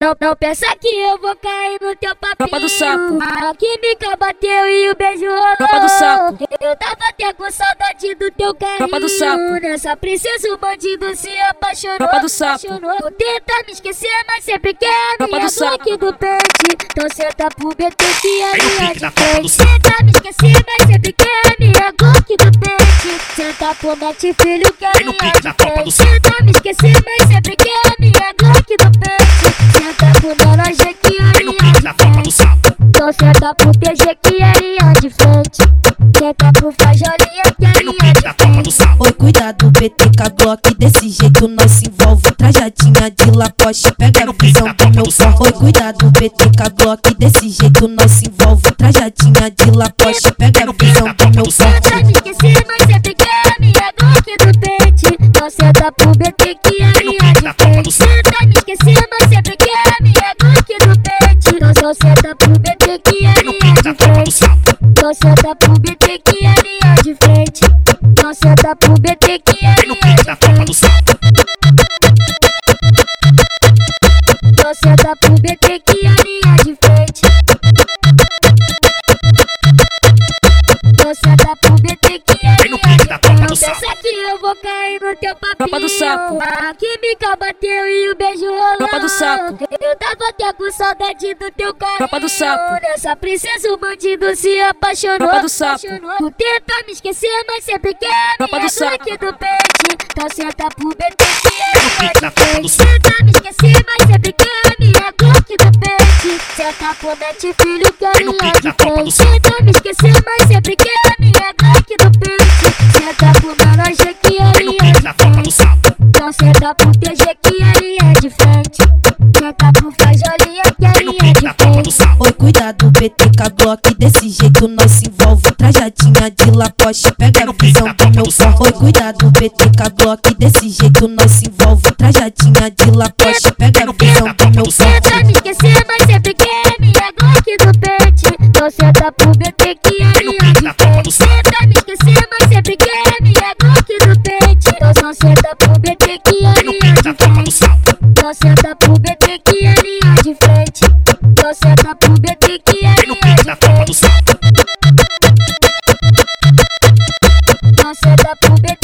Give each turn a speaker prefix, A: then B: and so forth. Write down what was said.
A: Não, não pensa que eu vou cair no teu papinho.
B: Tropa do sapo.
A: A química bateu e o beijo rolou.
B: Tropa do sapo.
A: Eu tava até com saudade do teu carinho.
B: Tropa do sapo.
A: Nessa princesa o bandido se apaixonou.
B: Tropa do sapo.
A: apaixonou. Tenta me esquecer, mas sempre quer
B: Tropa
A: me
B: do
A: abrir
B: sapo.
A: aqui do pente. Então senta pro BT que a
C: Tem o
A: minha
C: pique da
A: de
C: Tropa do
A: frente.
C: Sapo.
A: Tenta me esquecer, mas sempre quer me aqui do pente. Senta pro mete filho que a
C: Tem o
A: minha
C: pique
A: de
C: da Tropa
A: frente.
C: do Sapo.
A: Tenta me esquecer, mas sempre quer me aqui do pente. Senta pro laranja que a
C: Tem o
A: minha
C: pique da tropa do
A: de frente.
C: sapo.
A: Então senta pro PG que a minha de frente. Senta pro fajolinha que a
C: Tem o
A: minha
C: pique
A: de
C: da tropa
A: frente.
C: do sapo.
D: Oi, cuidado, BTK Block, desse jeito nós se envolve. Trajadinha de lacoste, pega a visão do meu corpo. Oi, cuidado, BTK Block, desse jeito nós se envolve. Trajadinha de lacoste, pega a visão do meu corpo.
A: Tenta me esquecer, mas sempre quer me aqui do pente. Então senta pro BT que a
C: Tem o
A: minha
C: pique
A: de
C: da tropa
A: frente.
C: do sapo.
A: Tenta me esquecer, mas sempre quer me aqui do pente. Então só senta pro BT que a
C: Tem o
A: minha
C: pique da
A: de
C: tropa do
A: frente.
C: sapo.
A: Então senta pro BT que a minha de frente. Então senta pro BT que a
C: Tem o
A: minha
C: pique
A: de
C: da tropa
A: frente.
C: do sapo.
A: Então senta pro BT que a linha de frente. Então senta pro BT que a
C: Tem o
A: linha de
C: pique da tropa do
A: frente.
C: sapo.
A: Pensa que eu vou cair no teu papinho.
B: Tropa do sapo.
A: A química bateu e o beijo rolou.
B: Tropa do sapo.
A: Eu tava até com saudade do teu carinho.
B: Tropa do sapo.
A: Nessa princesa o bandido se apaixonou.
B: Tropa do sapo.
A: Apaixonou. Tu tenta me esquecer, mas sempre quer
B: Tropa
A: me
B: do
A: arrancar
B: sapo.
A: do pente. Então senta pro BT que é a
C: Tem o pique da tropa do sapo.
A: Tenta tá me esquecer, mas é sempre quer me aqui do tá pente. Senta pro mete filho que a
C: Tem o
A: minha
C: pique
A: de
C: da tropa do
A: frente.
C: sapo.
A: Tenta tá me esquecer, mas é sempre quer me aqui do tá pente. Senta pro laranja que a
C: Tem o
A: minha
C: pique
A: de
C: da tropa
A: frente.
C: do sapo.
A: Então senta pro TG que a minha de frente. Senta pro fajolinha que a
C: Tem o
A: minha
C: pique da
A: de
C: tropa do
A: frente.
C: sapo.
D: Oi, cuidado, BTK Block, desse jeito nós se envolve. Trajadinha de lacoste, pega a visão do meu corpo. Oi, cuidado, BTK Block, desse jeito nós se envolve. Trajadinha de lacoste, pega a visão do meu corpo.
A: Tenta me esquecer, mas sempre quer me aqui do pente. Então senta pro BT que a
C: Tem o
A: minha
C: pique
A: de
C: da tropa do sapo.
A: Tenta me esquecer, mas sempre quer me aqui do pente. Então só senta pro BT que a
C: Tem o
A: linha
C: pique
A: de
C: da tropa
A: frente.
C: do sapo.
A: Então senta pro BT que a linha de frente. Então senta pro BT que a
C: Tem o
A: linha
C: pique
A: de
C: da tropa
A: frente.
C: do sapo.
A: Então senta pro BT